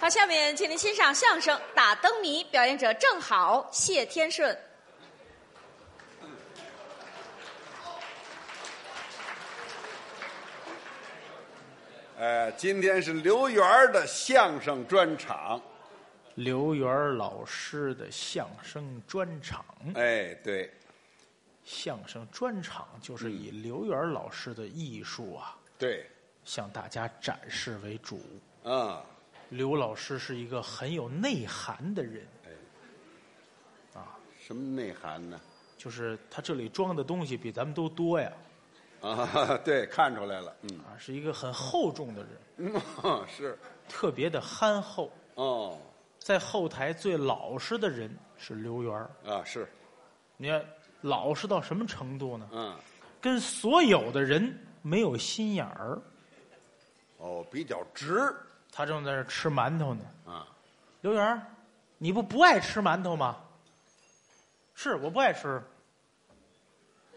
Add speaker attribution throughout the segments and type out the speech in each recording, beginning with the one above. Speaker 1: 好，下面请您欣赏相声《打灯谜》，表演者正好、谢天顺。
Speaker 2: 呃，今天是刘源儿的相声专场。
Speaker 3: 刘源老师的相声专场，
Speaker 2: 哎，对，
Speaker 3: 相声专场就是以刘源老师的艺术啊，
Speaker 2: 对，
Speaker 3: 向大家展示为主。
Speaker 2: 嗯，
Speaker 3: 刘老师是一个很有内涵的人，
Speaker 2: 什么内涵呢？
Speaker 3: 就是他这里装的东西比咱们都多呀，
Speaker 2: 啊， 对，看出来了，嗯
Speaker 3: 啊，是一个很厚重的人，
Speaker 2: 嗯， 是，
Speaker 3: 特别的憨厚。
Speaker 2: 哦，
Speaker 3: 在后台最老实的人是刘源儿
Speaker 2: 啊，是，
Speaker 3: 你看老实到什么程度呢？
Speaker 2: 嗯，
Speaker 3: 跟所有的人没有心眼儿。
Speaker 2: 哦，比较直
Speaker 3: 他正在这儿吃馒头呢，
Speaker 2: 啊，
Speaker 3: 刘源儿，你不不爱吃馒头吗？是，我不爱吃，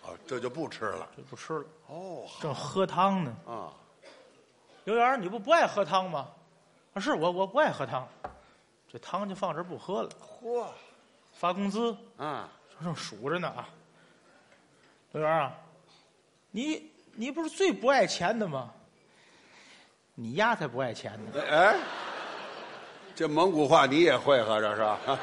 Speaker 2: 哦，这就不吃了。
Speaker 3: 就不吃了。
Speaker 2: 哦，
Speaker 3: 正喝汤呢。
Speaker 2: 啊，
Speaker 3: 刘源儿，你不不爱喝汤吗？啊，是我我不爱喝汤，这汤就放这儿不喝了。
Speaker 2: 嚯，
Speaker 3: 发工资
Speaker 2: 啊，
Speaker 3: 正数着呢啊。刘源儿啊，你你不是最不爱钱的吗？你丫才不爱钱呢！
Speaker 2: 哎，这蒙古话你也会合着是吧？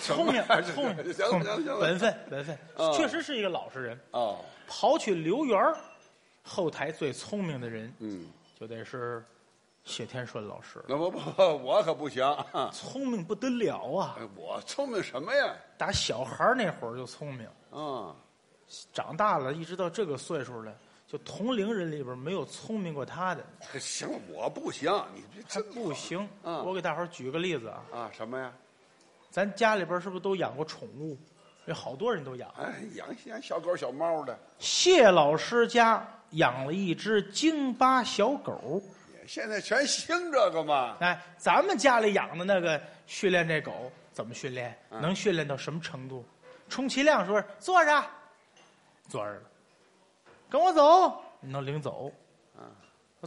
Speaker 2: 什
Speaker 3: 聪
Speaker 2: 么
Speaker 3: 明
Speaker 2: 呀，这
Speaker 3: 聪
Speaker 2: 这
Speaker 3: 明，
Speaker 2: 行
Speaker 3: 聪
Speaker 2: 了行
Speaker 3: 明，
Speaker 2: 了行了，
Speaker 3: 本分本分
Speaker 2: 啊，
Speaker 3: 确实是一个老实人。
Speaker 2: 哦，
Speaker 3: 刨去刘源儿，后台最聪明的人
Speaker 2: 嗯，
Speaker 3: 就得是谢天顺老师，
Speaker 2: 那不不，不我可不行， 啊
Speaker 3: 聪明不得了啊！
Speaker 2: 哎我聪明什么呀？
Speaker 3: 打小孩儿那会儿就聪明，嗯
Speaker 2: 啊，
Speaker 3: 长大了一直到这个岁数了，就同龄人里边没有聪明过他的，
Speaker 2: 行，我不行，你这
Speaker 3: 他
Speaker 2: 真
Speaker 3: 不行。
Speaker 2: 嗯
Speaker 3: 我给大伙儿举个例子啊，
Speaker 2: 啊？什么呀？
Speaker 3: 咱家里边是不是都养过宠物？有好多人都养。
Speaker 2: 哎，养养小狗小猫的，
Speaker 3: 谢老师家养了一只京巴小狗，
Speaker 2: 现在全兴这个嘛。
Speaker 3: 哎，咱们家里养的那个训练这狗怎么训练？能训练到什么程度？充其量说是坐着，坐着了，跟我走，你能领走。啊，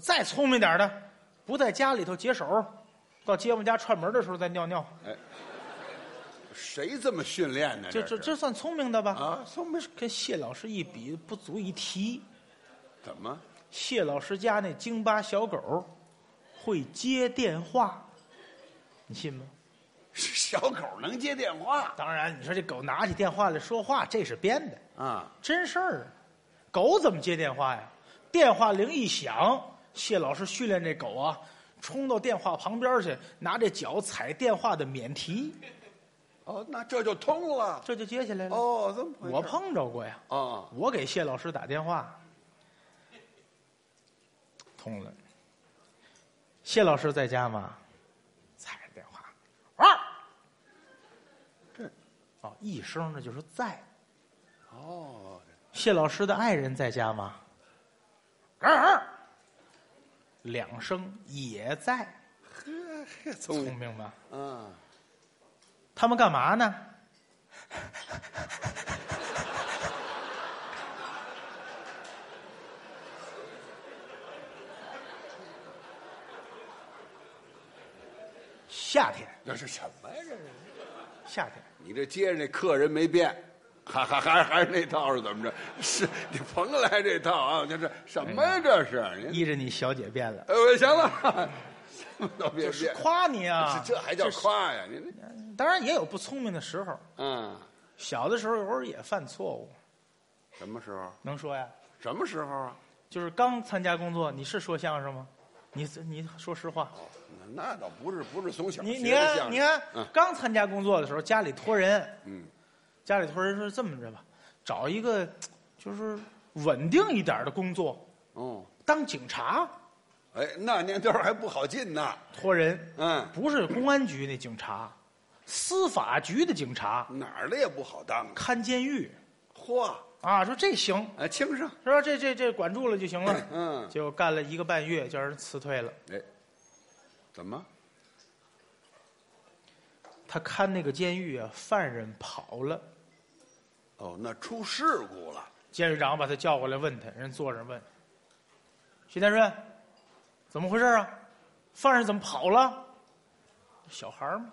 Speaker 3: 再聪明点儿的，不在家里头解手，到街坊家串门的时候再尿尿，
Speaker 2: 谁这么训练呢？
Speaker 3: 这这
Speaker 2: 这
Speaker 3: 这算聪明的吧？
Speaker 2: 哎啊，聪明
Speaker 3: 跟谢老师一比，不足一提。
Speaker 2: 怎么？
Speaker 3: 谢老师家那京巴小狗会接电话，你信吗？
Speaker 2: 小狗能接电话
Speaker 3: 当然，你说这狗拿起电话来说话，这是编的，
Speaker 2: 啊？
Speaker 3: 真事儿啊。狗怎么接电话呀？电话铃一响，谢老师训练这狗啊，冲到电话旁边去，拿这脚踩电话的免提，
Speaker 2: 哦，那这就通了。
Speaker 3: 这就接起来了。
Speaker 2: 哦，这么回事
Speaker 3: 我碰着过呀，
Speaker 2: 啊，
Speaker 3: 我给谢老师打电话，通了。谢老师在家吗？踩着电话，哇！
Speaker 2: 这
Speaker 3: 哦，一声那就是在。
Speaker 2: 哦，
Speaker 3: 谢老师的爱人在家吗？啊啊两声也在，
Speaker 2: 这聪
Speaker 3: 聪
Speaker 2: 明
Speaker 3: 明吧？
Speaker 2: 啊，
Speaker 3: 他们干嘛呢？夏天，
Speaker 2: 这是什么呀？这是
Speaker 3: 夏天，
Speaker 2: 你这接着那客人没变，还还还还是那套是怎么着？是你甭来这套啊！这是什么
Speaker 3: 哎
Speaker 2: 呀？这是你
Speaker 3: 依着你小姐变了，
Speaker 2: 哎，我行了，什么都别
Speaker 3: 这是
Speaker 2: 变。
Speaker 3: 夸你啊
Speaker 2: 这！这还叫夸呀？您
Speaker 3: 当然也有不聪明的时候，
Speaker 2: 嗯，
Speaker 3: 小的时候偶尔也犯错误，
Speaker 2: 什么时候？
Speaker 3: 能说呀？
Speaker 2: 什么时候啊？
Speaker 3: 就是刚参加工作，你是说相声吗？你你说实话，
Speaker 2: 哦那那倒不是，不是从小学
Speaker 3: 你你
Speaker 2: 的相
Speaker 3: 看
Speaker 2: 声
Speaker 3: 你看
Speaker 2: 嗯，
Speaker 3: 刚参加工作的时候，家里托人，
Speaker 2: 嗯，
Speaker 3: 家里托人说这么着吧，找一个就是稳定一点的工作，
Speaker 2: 哦，
Speaker 3: 当警察
Speaker 2: 哎，那年头还不好进呢，
Speaker 3: 托人，
Speaker 2: 嗯，
Speaker 3: 不是公安局那警察，司法局的警察，
Speaker 2: 哪儿的也不好当啊。
Speaker 3: 看监狱
Speaker 2: 嚯，
Speaker 3: 啊，说这行
Speaker 2: 哎，轻声，
Speaker 3: 是吧？这这这管住了就行了，
Speaker 2: 嗯，
Speaker 3: 结果干了一个半月，叫人辞退了。
Speaker 2: 哎，怎么？
Speaker 3: 他看那个监狱啊，犯人跑了。
Speaker 2: 哦，那出事故了。
Speaker 3: 监狱长把他叫过来问他，人坐着问：“徐天顺，怎么回事啊？犯人怎么跑了？”小孩儿嘛，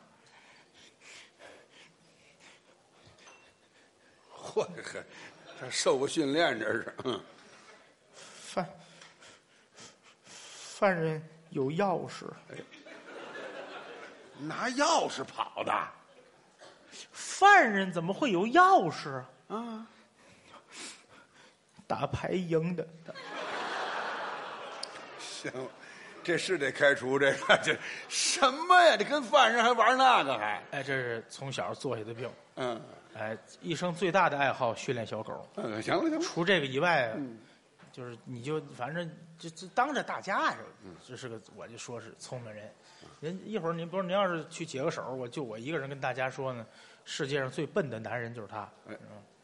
Speaker 2: 嚯，这还这受过训练，这是。嗯
Speaker 3: 犯犯人有钥匙，
Speaker 2: 拿钥匙跑的
Speaker 3: 犯人怎么会有钥匙啊？
Speaker 2: 啊？
Speaker 3: 打牌赢的，
Speaker 2: 行，这是得开除这个这什么呀？这跟犯人还玩那个还？
Speaker 3: 哎，这是从小坐下的病。
Speaker 2: 嗯
Speaker 3: 哎，一生最大的爱好训练小狗，
Speaker 2: 嗯，行了行了，
Speaker 3: 除这个以外，就是你就反正就就当着大家是，啊
Speaker 2: 嗯
Speaker 3: 这是个我就说是聪明人。人一会儿您不是您要是去解个手，我就我一个人跟大家说呢，世界上最笨的男人就是他。
Speaker 2: 哎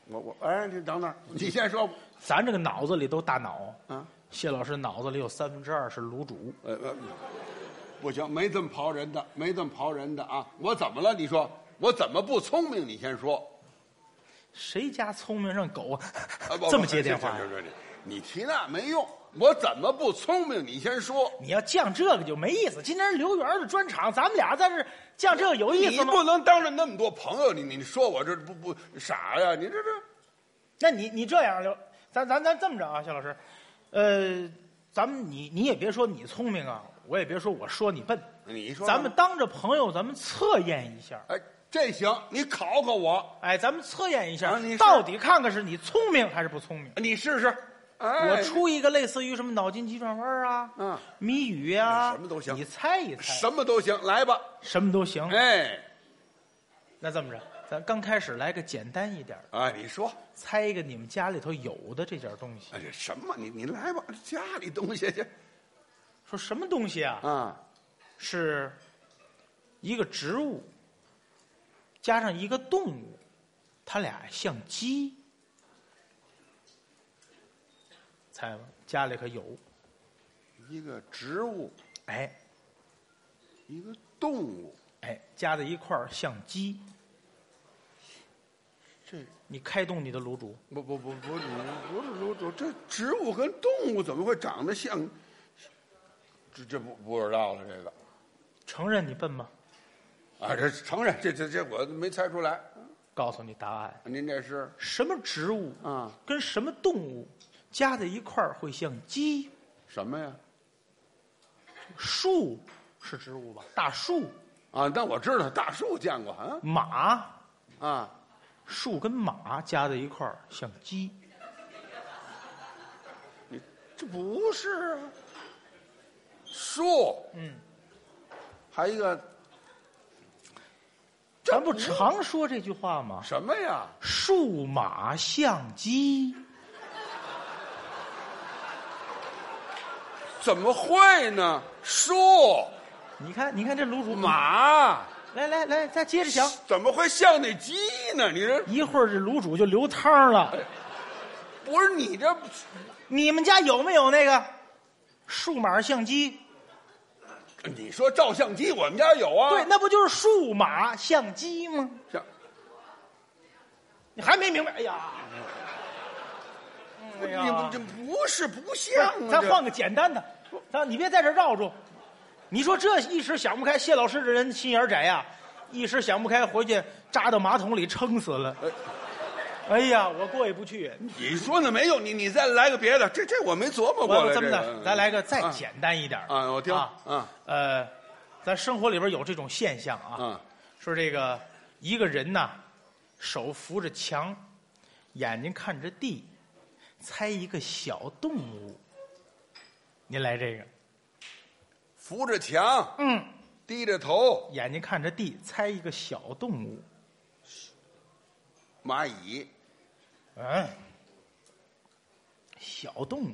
Speaker 2: 我我哎，你等等，你先说
Speaker 3: 咱这个脑子里都大脑，
Speaker 2: 啊。
Speaker 3: 谢老师脑子里有三分之二是卤煮，
Speaker 2: 呃呃，不行，没这么刨人的，没这么刨人的啊！我怎么了？你说我怎么不聪明？你先说。
Speaker 3: 谁家聪明让狗
Speaker 2: 啊不
Speaker 3: 这么接电话
Speaker 2: 不
Speaker 3: 呀
Speaker 2: 行？行行行你提那没用。我怎么不聪明？你先说。
Speaker 3: 你要犟这个就没意思。今天是刘源的专场，咱们俩在这儿犟这个有意
Speaker 2: 你
Speaker 3: 思吗？
Speaker 2: 不能当着那么多朋友，你你你说我这不不傻呀？你这这。
Speaker 3: 那你你这样，刘，咱咱咱这么着啊，谢老师，呃，咱们你你也别说你聪明啊，我也别说我说你笨，
Speaker 2: 你说
Speaker 3: 咱们当着朋友，咱们测验一下，
Speaker 2: 哎，这行，你考考我，
Speaker 3: 哎，咱们测验一下
Speaker 2: 啊你是，
Speaker 3: 到底看看是你聪明还是不聪明。
Speaker 2: 你试试。哎
Speaker 3: 我出一个类似于什么脑筋急转弯啊，
Speaker 2: 嗯
Speaker 3: 谜语啊，
Speaker 2: 什么都行
Speaker 3: 你猜一猜，
Speaker 2: 什么都行，来吧。
Speaker 3: 什么都行。
Speaker 2: 哎，
Speaker 3: 那这么着，咱刚开始来个简单一点儿，
Speaker 2: 啊，你说，
Speaker 3: 猜一个你们家里头有的这件东西，
Speaker 2: 哎，这什么？你你来吧，家里东西去
Speaker 3: 说什么东西啊？
Speaker 2: 啊。
Speaker 3: 是一个植物加上一个动物，它俩像鸡，猜吧，家里可有？
Speaker 2: 一个植物，
Speaker 3: 哎
Speaker 2: 一个动物，
Speaker 3: 哎，加在一块儿像鸡，
Speaker 2: 这
Speaker 3: 你开动你的卤煮，
Speaker 2: 不不不不，你不是说这这植物跟动物怎么会长得像？这这不不知道了，这个
Speaker 3: 承认你笨吗？
Speaker 2: 啊，这承认，这这这我没猜出来。
Speaker 3: 告诉你答案，
Speaker 2: 您这是
Speaker 3: 什么植物
Speaker 2: 啊
Speaker 3: 跟什么动物加在一块儿会像鸡？
Speaker 2: 什么呀？
Speaker 3: 树是植物吧？大树、
Speaker 2: 啊，那我知道大树见过啊
Speaker 3: 马、
Speaker 2: 啊，
Speaker 3: 树跟马加在一块儿像鸡，
Speaker 2: 这不是啊，树，嗯，还一个
Speaker 3: 咱不常说这句话吗？
Speaker 2: 什么呀？
Speaker 3: 数马像鸡，
Speaker 2: 怎么会呢？树、
Speaker 3: 你看，你看这卤煮，
Speaker 2: 马，
Speaker 3: 来来来，再接着想，
Speaker 2: 怎么会像那鸡呢？你这
Speaker 3: 一会儿这卤煮就流汤了。
Speaker 2: 不是你这
Speaker 3: 你们家有没有那个数马像鸡？
Speaker 2: 你说照相机，我们家有啊。
Speaker 3: 对，，那不就是数马像鸡吗？
Speaker 2: 像
Speaker 3: 你还没明白？哎呀，哎
Speaker 2: 你不
Speaker 3: 呀
Speaker 2: 这，不是不像啊。
Speaker 3: 咱
Speaker 2: 这
Speaker 3: 换个简单的，咱你别在这儿绕住。你说这一时想不开，谢老师这人心眼儿窄呀、一时想不开，回去扎到马桶里撑死了。哎呀，我过意不去。
Speaker 2: 你说那没有你，你再来个别的，这这我没琢磨过
Speaker 3: 我
Speaker 2: 来。
Speaker 3: 这么
Speaker 2: 这
Speaker 3: 的，
Speaker 2: 个嗯
Speaker 3: 咱来个再简单一点儿
Speaker 2: 啊啊我听
Speaker 3: 啊，
Speaker 2: 啊
Speaker 3: 呃，咱生活里边有这种现象啊，
Speaker 2: 啊，
Speaker 3: 说这个一个人呐，手扶着墙，眼睛看着地，猜一个小动物。您来这个，
Speaker 2: 扶着墙，嗯，低着头，
Speaker 3: 眼睛看着地，猜一个小动物。
Speaker 2: 蚂蚁，
Speaker 3: 嗯，小动物，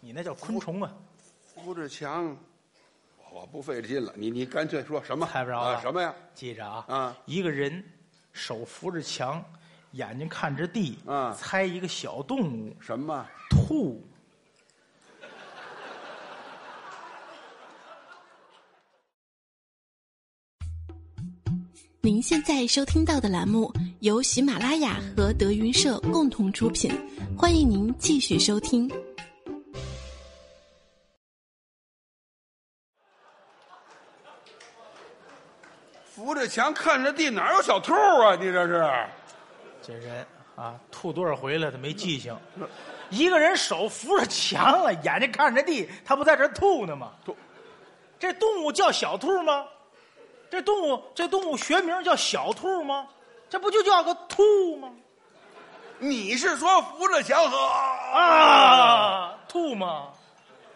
Speaker 3: 你那叫昆虫啊，
Speaker 2: 扶着墙，我不费劲了，你你干脆说什么？
Speaker 3: 猜不着
Speaker 2: 啊
Speaker 3: 了
Speaker 2: 什么呀？
Speaker 3: 记着啊，
Speaker 2: 啊
Speaker 3: 一个人手扶着墙，眼睛看着地，
Speaker 2: 啊
Speaker 3: 猜一个小动物，
Speaker 2: 什么？
Speaker 3: 兔。
Speaker 4: 您现在收听到的栏目由喜马拉雅和德云社共同出品，欢迎您继续收听。
Speaker 2: 扶着墙看着地，哪有小兔啊？你这是
Speaker 3: 这人啊，吐多少回了，他没记性。
Speaker 2: 啊
Speaker 3: 一个人手扶着墙了，眼睛看着地，他不在这儿吐呢吗？
Speaker 2: 吐
Speaker 3: 这动物叫小兔吗？这动物这动物学名叫小兔吗？这不就叫个兔吗？
Speaker 2: 你是说扶着墙哦喝啊？
Speaker 3: 啊，吐吗？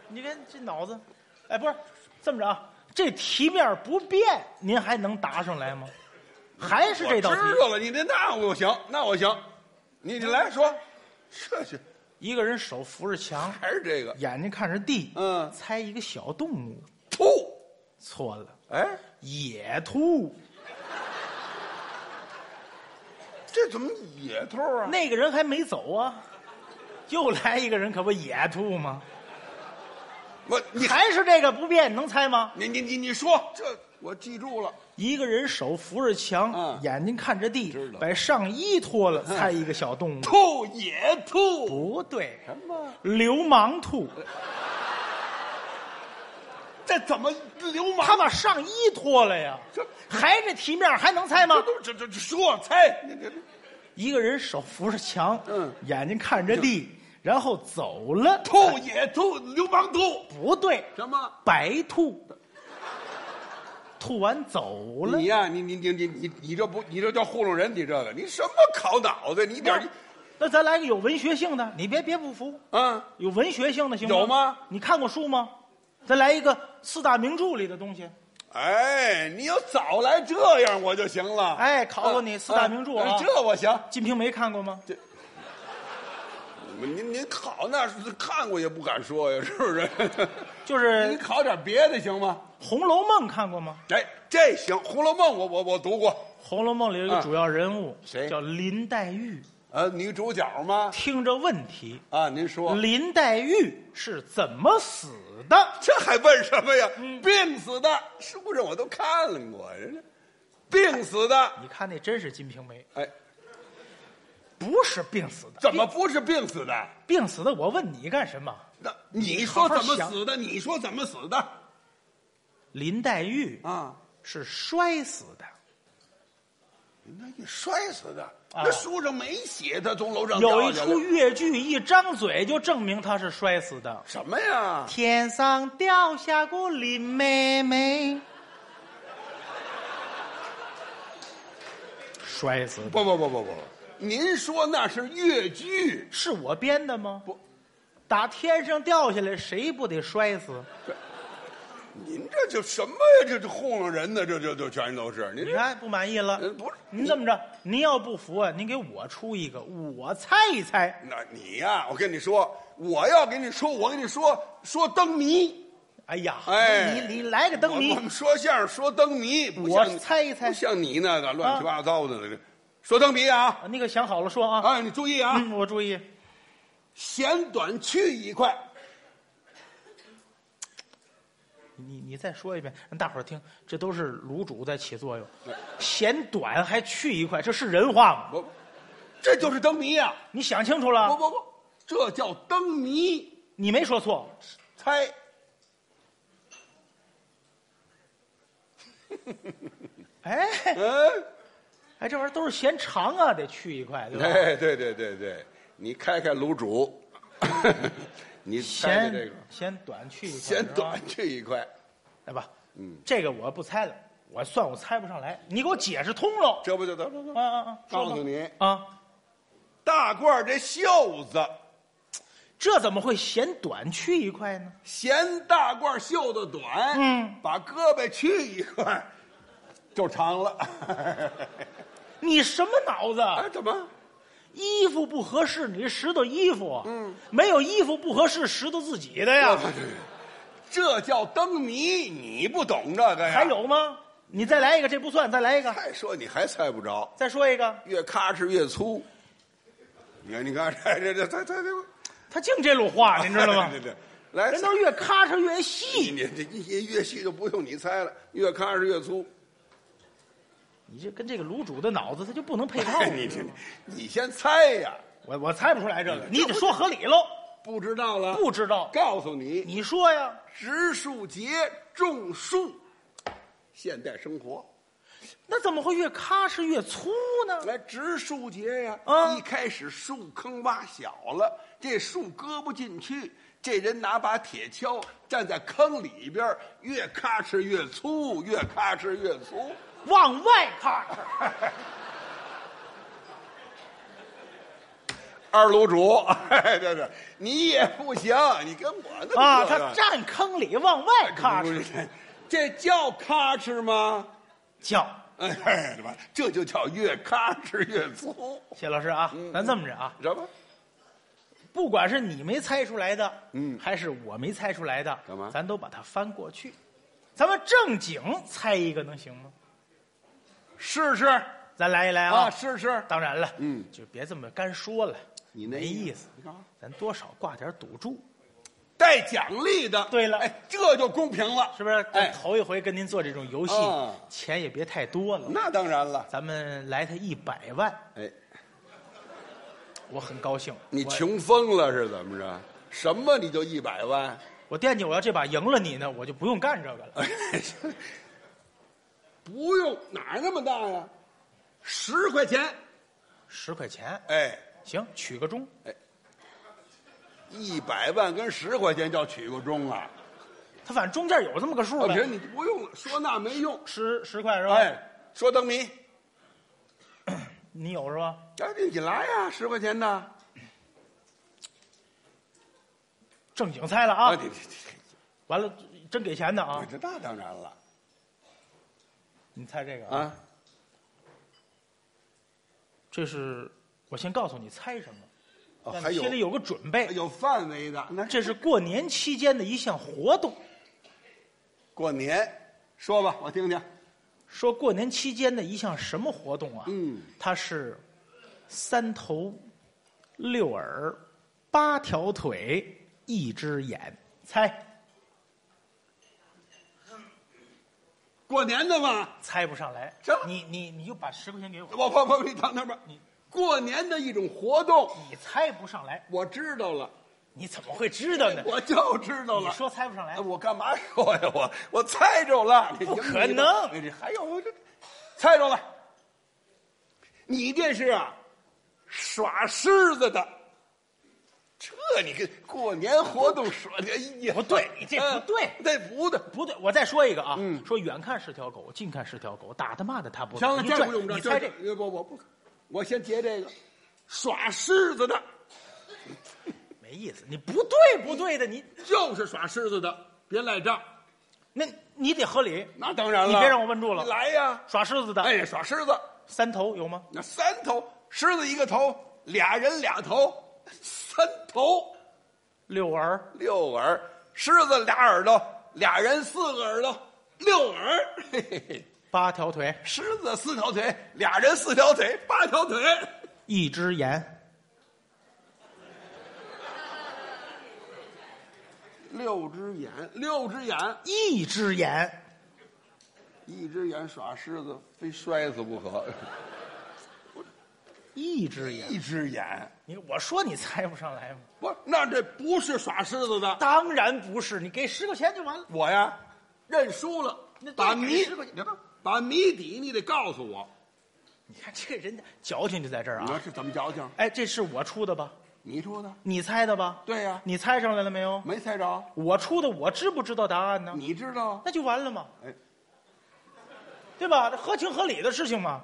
Speaker 3: 你看这脑子，哎，不是这么着啊，这题面不变，您还能答上来吗？还是嗯这道题
Speaker 2: 我，知道了，你这那我行，那我行，你你来说，这是
Speaker 3: 一个人手扶着墙，
Speaker 2: 还是这个
Speaker 3: 眼睛看着地，
Speaker 2: 嗯
Speaker 3: 猜一个小动物，
Speaker 2: 吐？
Speaker 3: 错了，
Speaker 2: 哎，
Speaker 3: 野兔。
Speaker 2: 这怎么野兔啊？
Speaker 3: 那个人还没走啊，又来一个人，可不野兔吗？
Speaker 2: 我你
Speaker 3: 还是这个不变，能猜吗？
Speaker 2: 你你你你说这我记住了，
Speaker 3: 一个人手扶着墙，
Speaker 2: 嗯
Speaker 3: 眼睛看着地
Speaker 2: 知，道
Speaker 3: 把上衣脱了，猜一个小动物。
Speaker 2: 兔野兔
Speaker 3: 嗯不对，
Speaker 2: 什么？
Speaker 3: 流氓兔，
Speaker 2: 这怎么流氓？
Speaker 3: 他把上衣脱了呀
Speaker 2: 这！
Speaker 3: 还这题面还能猜吗
Speaker 2: 这？都这这这说猜，你这
Speaker 3: 一个人手扶着墙，
Speaker 2: 嗯
Speaker 3: 眼睛看着地，然后走了。
Speaker 2: 兔野兔流氓兔
Speaker 3: 不对，
Speaker 2: 什么？
Speaker 3: 白兔，吐完走了
Speaker 2: 你。呀、你你你你你你这不你这叫糊弄人，你这个你什么考脑子？你一点
Speaker 3: 那咱来个有文学性的，你别别不服，
Speaker 2: 啊，
Speaker 3: 有文学性的行吗？
Speaker 2: 有吗？
Speaker 3: 你看过书吗？再来一个四大名著里的东西。
Speaker 2: 哎，你要早来这样我就行了。
Speaker 3: 哎考
Speaker 2: 哦
Speaker 3: 过你四大名著啊
Speaker 2: 哎这我行。
Speaker 3: 《金瓶梅》看过吗？
Speaker 2: 您您考那是看过也不敢说呀，是不是？
Speaker 3: 就是
Speaker 2: 您
Speaker 3: 《
Speaker 2: 考点别的行吗？
Speaker 3: 红楼梦》看过吗？
Speaker 2: 哎，这行，《红楼梦》我我我读过，
Speaker 3: 《红楼梦》里有一个
Speaker 2: 啊
Speaker 3: 主要人物，
Speaker 2: 谁
Speaker 3: 叫林黛玉。
Speaker 2: 呃，女主角吗？
Speaker 3: 听着问题，
Speaker 2: 啊，您说
Speaker 3: 林黛玉是怎么死的？
Speaker 2: 这还问什么呀？
Speaker 3: 嗯
Speaker 2: 病死的，书上我都看过，人家病死的，
Speaker 3: 你看那真是《金瓶梅》，
Speaker 2: 哎，
Speaker 3: 不是病死的。
Speaker 2: 怎么不是病死的？
Speaker 3: 病死的？我问你干什么？
Speaker 2: 那你说怎么
Speaker 3: 好好
Speaker 2: 死的？你说怎么死的？
Speaker 3: 林黛玉
Speaker 2: 啊，
Speaker 3: 是摔死的。
Speaker 2: 那你摔死的，
Speaker 3: 啊
Speaker 2: 那书上没写他从楼上
Speaker 3: 有
Speaker 2: 掉
Speaker 3: 一
Speaker 2: 下来
Speaker 3: 出越剧，一张嘴就证明她是摔死的。
Speaker 2: 什么呀？
Speaker 3: 天上掉下过林妹妹，摔死的，
Speaker 2: 不不不不不，您说那是越剧，
Speaker 3: 是我编的吗？
Speaker 2: 不，
Speaker 3: 打天上掉下来，谁不得摔死？
Speaker 2: 哎您这就什么呀？这这糊弄人呢？这这这全都是您
Speaker 3: 你
Speaker 2: 这
Speaker 3: 看不满意了
Speaker 2: 呃？不是
Speaker 3: 您这么着，您要不服啊，您给我出一个，我猜一猜。
Speaker 2: 那你呀、我跟你说，我要跟你说，我跟你说说灯谜，
Speaker 3: 哎呀，
Speaker 2: 哎
Speaker 3: 你你来个灯谜
Speaker 2: 我我，们说相声说灯谜，不
Speaker 3: 我
Speaker 2: 像你
Speaker 3: 猜一猜
Speaker 2: 不像你那个乱七八糟的这说灯谜啊！
Speaker 3: 你可想好了说啊。
Speaker 2: 哎，你注意啊，
Speaker 3: 嗯，我注意，
Speaker 2: 弦短去一块，
Speaker 3: 你你再说一遍，让大伙儿听，这都是卤煮在起作用。嫌短还去一块，这是人话吗？
Speaker 2: 不，这就是灯谜呀、
Speaker 3: 你想清楚了
Speaker 2: 不，不不，这叫灯谜，
Speaker 3: 你没说错，
Speaker 2: 猜
Speaker 3: 哎，
Speaker 2: 嗯。
Speaker 3: 哎，这玩意儿都是嫌长啊，得去一块，对吧？
Speaker 2: 哎，对对对对，你开开卤煮， 你猜猜
Speaker 3: 嫌
Speaker 2: 这个
Speaker 3: 嫌短去一块，
Speaker 2: 嫌短
Speaker 3: 是吧，
Speaker 2: 这一块，
Speaker 3: 来吧，嗯，这个我不猜了，我算我猜不上来，你给我解释通喽。
Speaker 2: 这不就得了吗？
Speaker 3: 啊啊啊！说吧
Speaker 2: 告诉你
Speaker 3: 啊，
Speaker 2: 大褂这袖子，
Speaker 3: 这怎么会嫌短去一块呢？
Speaker 2: 嫌大褂袖子短，
Speaker 3: 嗯，
Speaker 2: 把胳膊去一块，就长 了。
Speaker 3: 你什么脑子？啊
Speaker 2: 哎，怎么？
Speaker 3: 衣服不合适，你拾掇衣服，嗯，没有衣服不合适，拾掇自己的呀。
Speaker 2: 这叫灯谜，你不懂这个呀？
Speaker 3: 还有吗？你再来一个，这不算，再来一个，
Speaker 2: 再说你还猜不着，
Speaker 3: 再说一个。
Speaker 2: 越咔哧越粗。你看，你看，这这这这这这，
Speaker 3: 他净这路话，您知道 吗
Speaker 2: 对？对，来，
Speaker 3: 人都越咔哧越
Speaker 2: 你
Speaker 3: 细，
Speaker 2: 你这越越细就不用你猜了，越看是越粗。
Speaker 3: 你这跟这个卤煮的脑子，他就不能配套。
Speaker 2: 你这你先猜呀，
Speaker 3: 我我猜不出来这个，你得说合理喽。
Speaker 2: 不知道了，
Speaker 3: 不知道，
Speaker 2: 告诉你，
Speaker 3: 你说呀，
Speaker 2: 植树节种树，现代生活
Speaker 3: 那怎么会越咔哧越粗呢？
Speaker 2: 来植树节呀、
Speaker 3: 啊
Speaker 2: 一开始树坑挖小了，这树搁不进去，这人拿把铁锹站在坑里边儿，越咔哧越粗，越咔哧越粗。
Speaker 3: 往外咔哧，
Speaker 2: 二楼主，哎，这是你也不行，你跟 我那么
Speaker 3: 啊，
Speaker 2: 这
Speaker 3: 他
Speaker 2: 个
Speaker 3: 站坑里往外 咔
Speaker 2: 不是
Speaker 3: 哧
Speaker 2: 这叫咔哧吗？
Speaker 3: 叫。
Speaker 2: 哎，对吧？这就叫越咔哧越粗。
Speaker 3: 谢老师啊，
Speaker 2: 嗯
Speaker 3: 咱这么着啊，
Speaker 2: 什么？
Speaker 3: 不管是你没猜出来的，
Speaker 2: 嗯
Speaker 3: 还是我没猜出来的，
Speaker 2: 干嘛
Speaker 3: 咱都把它翻过去，咱们正经猜一个能行吗？
Speaker 2: 试试
Speaker 3: 咱来一来啊！
Speaker 2: 啊，试试。
Speaker 3: 当然了，
Speaker 2: 嗯
Speaker 3: 就别这么干说了，
Speaker 2: 你那
Speaker 3: 没
Speaker 2: 意
Speaker 3: 意
Speaker 2: 思
Speaker 3: 思
Speaker 2: 你看啊，
Speaker 3: 咱多少挂点赌注，
Speaker 2: 带奖励的。
Speaker 3: 对了
Speaker 2: 哎，这就公平了，
Speaker 3: 是不是？
Speaker 2: 哎，
Speaker 3: 头一回跟您做这种游戏
Speaker 2: 啊，
Speaker 3: 钱也别太多了，
Speaker 2: 那当然了。
Speaker 3: 咱们来他一百万，
Speaker 2: 哎，
Speaker 3: 我很高兴。
Speaker 2: 你
Speaker 3: 我，
Speaker 2: 穷疯了是怎么着？什么你就一百万？
Speaker 3: 我惦记我要这把赢了你呢，我就不用干这个了。
Speaker 2: 哎，不用，哪儿那么大呀？十块钱。
Speaker 3: 十块钱，
Speaker 2: 哎，
Speaker 3: 行，取个钟，
Speaker 2: 一百万跟十块钱叫取个钟啊！
Speaker 3: 他反正中间有这么个数
Speaker 2: 老
Speaker 3: 呗
Speaker 2: 平，，你不用了，说那没用。
Speaker 3: 十十块是吧？
Speaker 2: 哦哎，，说灯谜，
Speaker 3: 你有是吧？
Speaker 2: 哎，你你来呀，十块钱的
Speaker 3: 正经猜了啊！
Speaker 2: 你你
Speaker 3: 完了，真给钱的啊
Speaker 2: 你！这那当然了
Speaker 3: 你猜这个？
Speaker 2: 啊！
Speaker 3: 这是我先告诉你猜什么，
Speaker 2: 哦
Speaker 3: 让
Speaker 2: 还
Speaker 3: 你
Speaker 2: 有
Speaker 3: 心里有个准备。
Speaker 2: 有范围的，那
Speaker 3: 这是过年期间的一项活动。
Speaker 2: 过年说吧，我听听。
Speaker 3: 说过年期间的一项什么活动啊？
Speaker 2: 嗯，
Speaker 3: 它是三头六耳、八条腿、一只眼。猜
Speaker 2: 过年的嘛，
Speaker 3: 猜不上来
Speaker 2: 行了，
Speaker 3: 你你你就把十块钱给我，
Speaker 2: 我我我你等那边，过年的一种活动，
Speaker 3: 你猜不上来，
Speaker 2: 我知道了，
Speaker 3: 你怎么会知道呢？
Speaker 2: 我就知道
Speaker 3: 你
Speaker 2: 了。
Speaker 3: 说猜不上来
Speaker 2: 哎，我干嘛说呀？我我猜着了，你
Speaker 3: 不
Speaker 2: 行
Speaker 3: 可
Speaker 2: 你
Speaker 3: 能
Speaker 2: 你还有这猜着了，你这是啊，耍狮子的。这你跟过年活动说的，哎呀，
Speaker 3: 不对你这不对
Speaker 2: 嗯这不对。
Speaker 3: 不对，我再说一个啊，说远看是条狗，近看是条狗，打的骂的他不打
Speaker 2: 行了，
Speaker 3: 你
Speaker 2: 这
Speaker 3: 拽
Speaker 2: 不用
Speaker 3: 你
Speaker 2: 这，
Speaker 3: 猜这
Speaker 2: 这这不我不，我先截这个，耍狮子的
Speaker 3: 没意思，你不对不对的，你
Speaker 2: 就是耍狮子的，别赖账。
Speaker 3: 那你得合理。
Speaker 2: 那当然了，
Speaker 3: 你别让我问住了
Speaker 2: 你来呀！
Speaker 3: 耍狮子的，
Speaker 2: 哎，耍狮子，
Speaker 3: 三头有吗？
Speaker 2: 那三头狮子一个头，俩人俩头，三头
Speaker 3: 六耳
Speaker 2: 六耳，狮子俩耳朵，俩人四个耳朵，六耳。嘿嘿嘿，
Speaker 3: 八条腿，
Speaker 2: 狮子四条腿，俩人四条腿，八条腿。
Speaker 3: 一只眼，
Speaker 2: 六只眼，六只眼，
Speaker 3: 一只眼，
Speaker 2: 一只眼耍狮子，非摔死不可。
Speaker 3: 一只 眼。
Speaker 2: 一只眼，
Speaker 3: 你我说你猜不上来吗？
Speaker 2: 不，那这不是耍狮子的。
Speaker 3: 当然不是，你给十块钱就完了。
Speaker 2: 我呀，认输了
Speaker 3: 那，
Speaker 2: 把
Speaker 3: 那
Speaker 2: 谜
Speaker 3: 十块钱别动
Speaker 2: 把谜底你得告诉我。
Speaker 3: 你看这个人矫情就在这儿
Speaker 2: 你说
Speaker 3: 啊！
Speaker 2: 是怎么矫情？
Speaker 3: 哎，这是我出的吧？
Speaker 2: 你出的？
Speaker 3: 你猜的吧？
Speaker 2: 对呀
Speaker 3: 你猜上来了没有？
Speaker 2: 没猜着？
Speaker 3: 我出的，我知不知道答案呢？
Speaker 2: 你知道？
Speaker 3: 那就完了嘛，
Speaker 2: 哎，
Speaker 3: 对吧？这合情合理的事情嘛，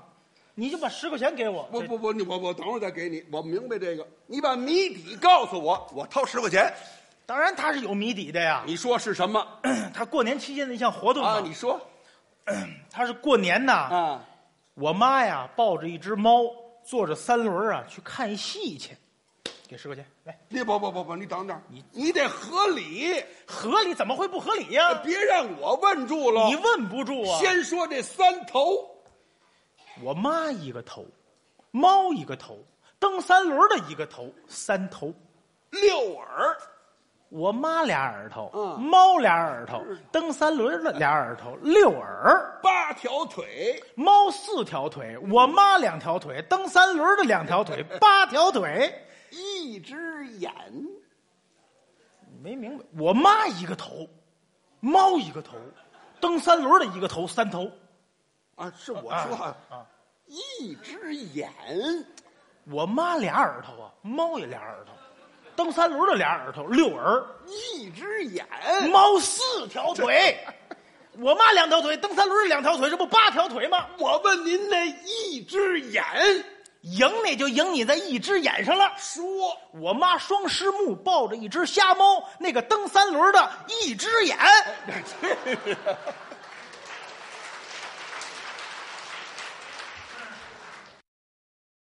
Speaker 3: 你就把十块钱给我。
Speaker 2: 不
Speaker 3: 这
Speaker 2: 不，不，你我我等会儿再给你，我明白这个。你把谜底告诉我，我掏十块钱。
Speaker 3: 当然他是有谜底的呀。
Speaker 2: 你说是什 么
Speaker 3: 他过年期间的一项活动嘛
Speaker 2: 啊？你说
Speaker 3: 他是过年呐，
Speaker 2: 啊？
Speaker 3: 我妈呀抱着一只猫，坐着三轮啊去看戏去，给十块钱来，
Speaker 2: 你不不不不，你等等，
Speaker 3: 你
Speaker 2: 你得合理，
Speaker 3: 合理怎么会不合理呀、
Speaker 2: 别让我啊问住了。
Speaker 3: 你问不住啊！
Speaker 2: 哎先说这三头，
Speaker 3: 我妈一个头，猫一个头，蹬三轮的一个头，三头。
Speaker 2: 六耳，
Speaker 3: 我妈俩耳朵，
Speaker 2: 嗯
Speaker 3: 猫俩耳朵，蹬三轮的俩耳朵，六耳。
Speaker 2: 八条腿，
Speaker 3: 猫四条腿，我妈两条腿，蹬三轮的两 条腿，八条腿。
Speaker 2: 一只眼，
Speaker 3: 没明白，我妈一个头，猫一个头，蹬三轮的一个头，三头。
Speaker 2: 啊，是我说
Speaker 3: 啊
Speaker 2: 啊，
Speaker 3: 啊，
Speaker 2: 一只眼，
Speaker 3: 我妈俩耳朵啊，猫也俩耳朵，蹬三轮的俩耳朵，六耳，
Speaker 2: 一只眼，
Speaker 3: 猫四条腿，我妈两条腿，蹬三轮两条腿，这不八条腿吗？
Speaker 2: 我问您那一只眼
Speaker 3: 赢你就赢你在一只眼上了。
Speaker 2: 说
Speaker 3: 我妈双狮目抱着一只瞎猫，那个蹬三轮的一只眼，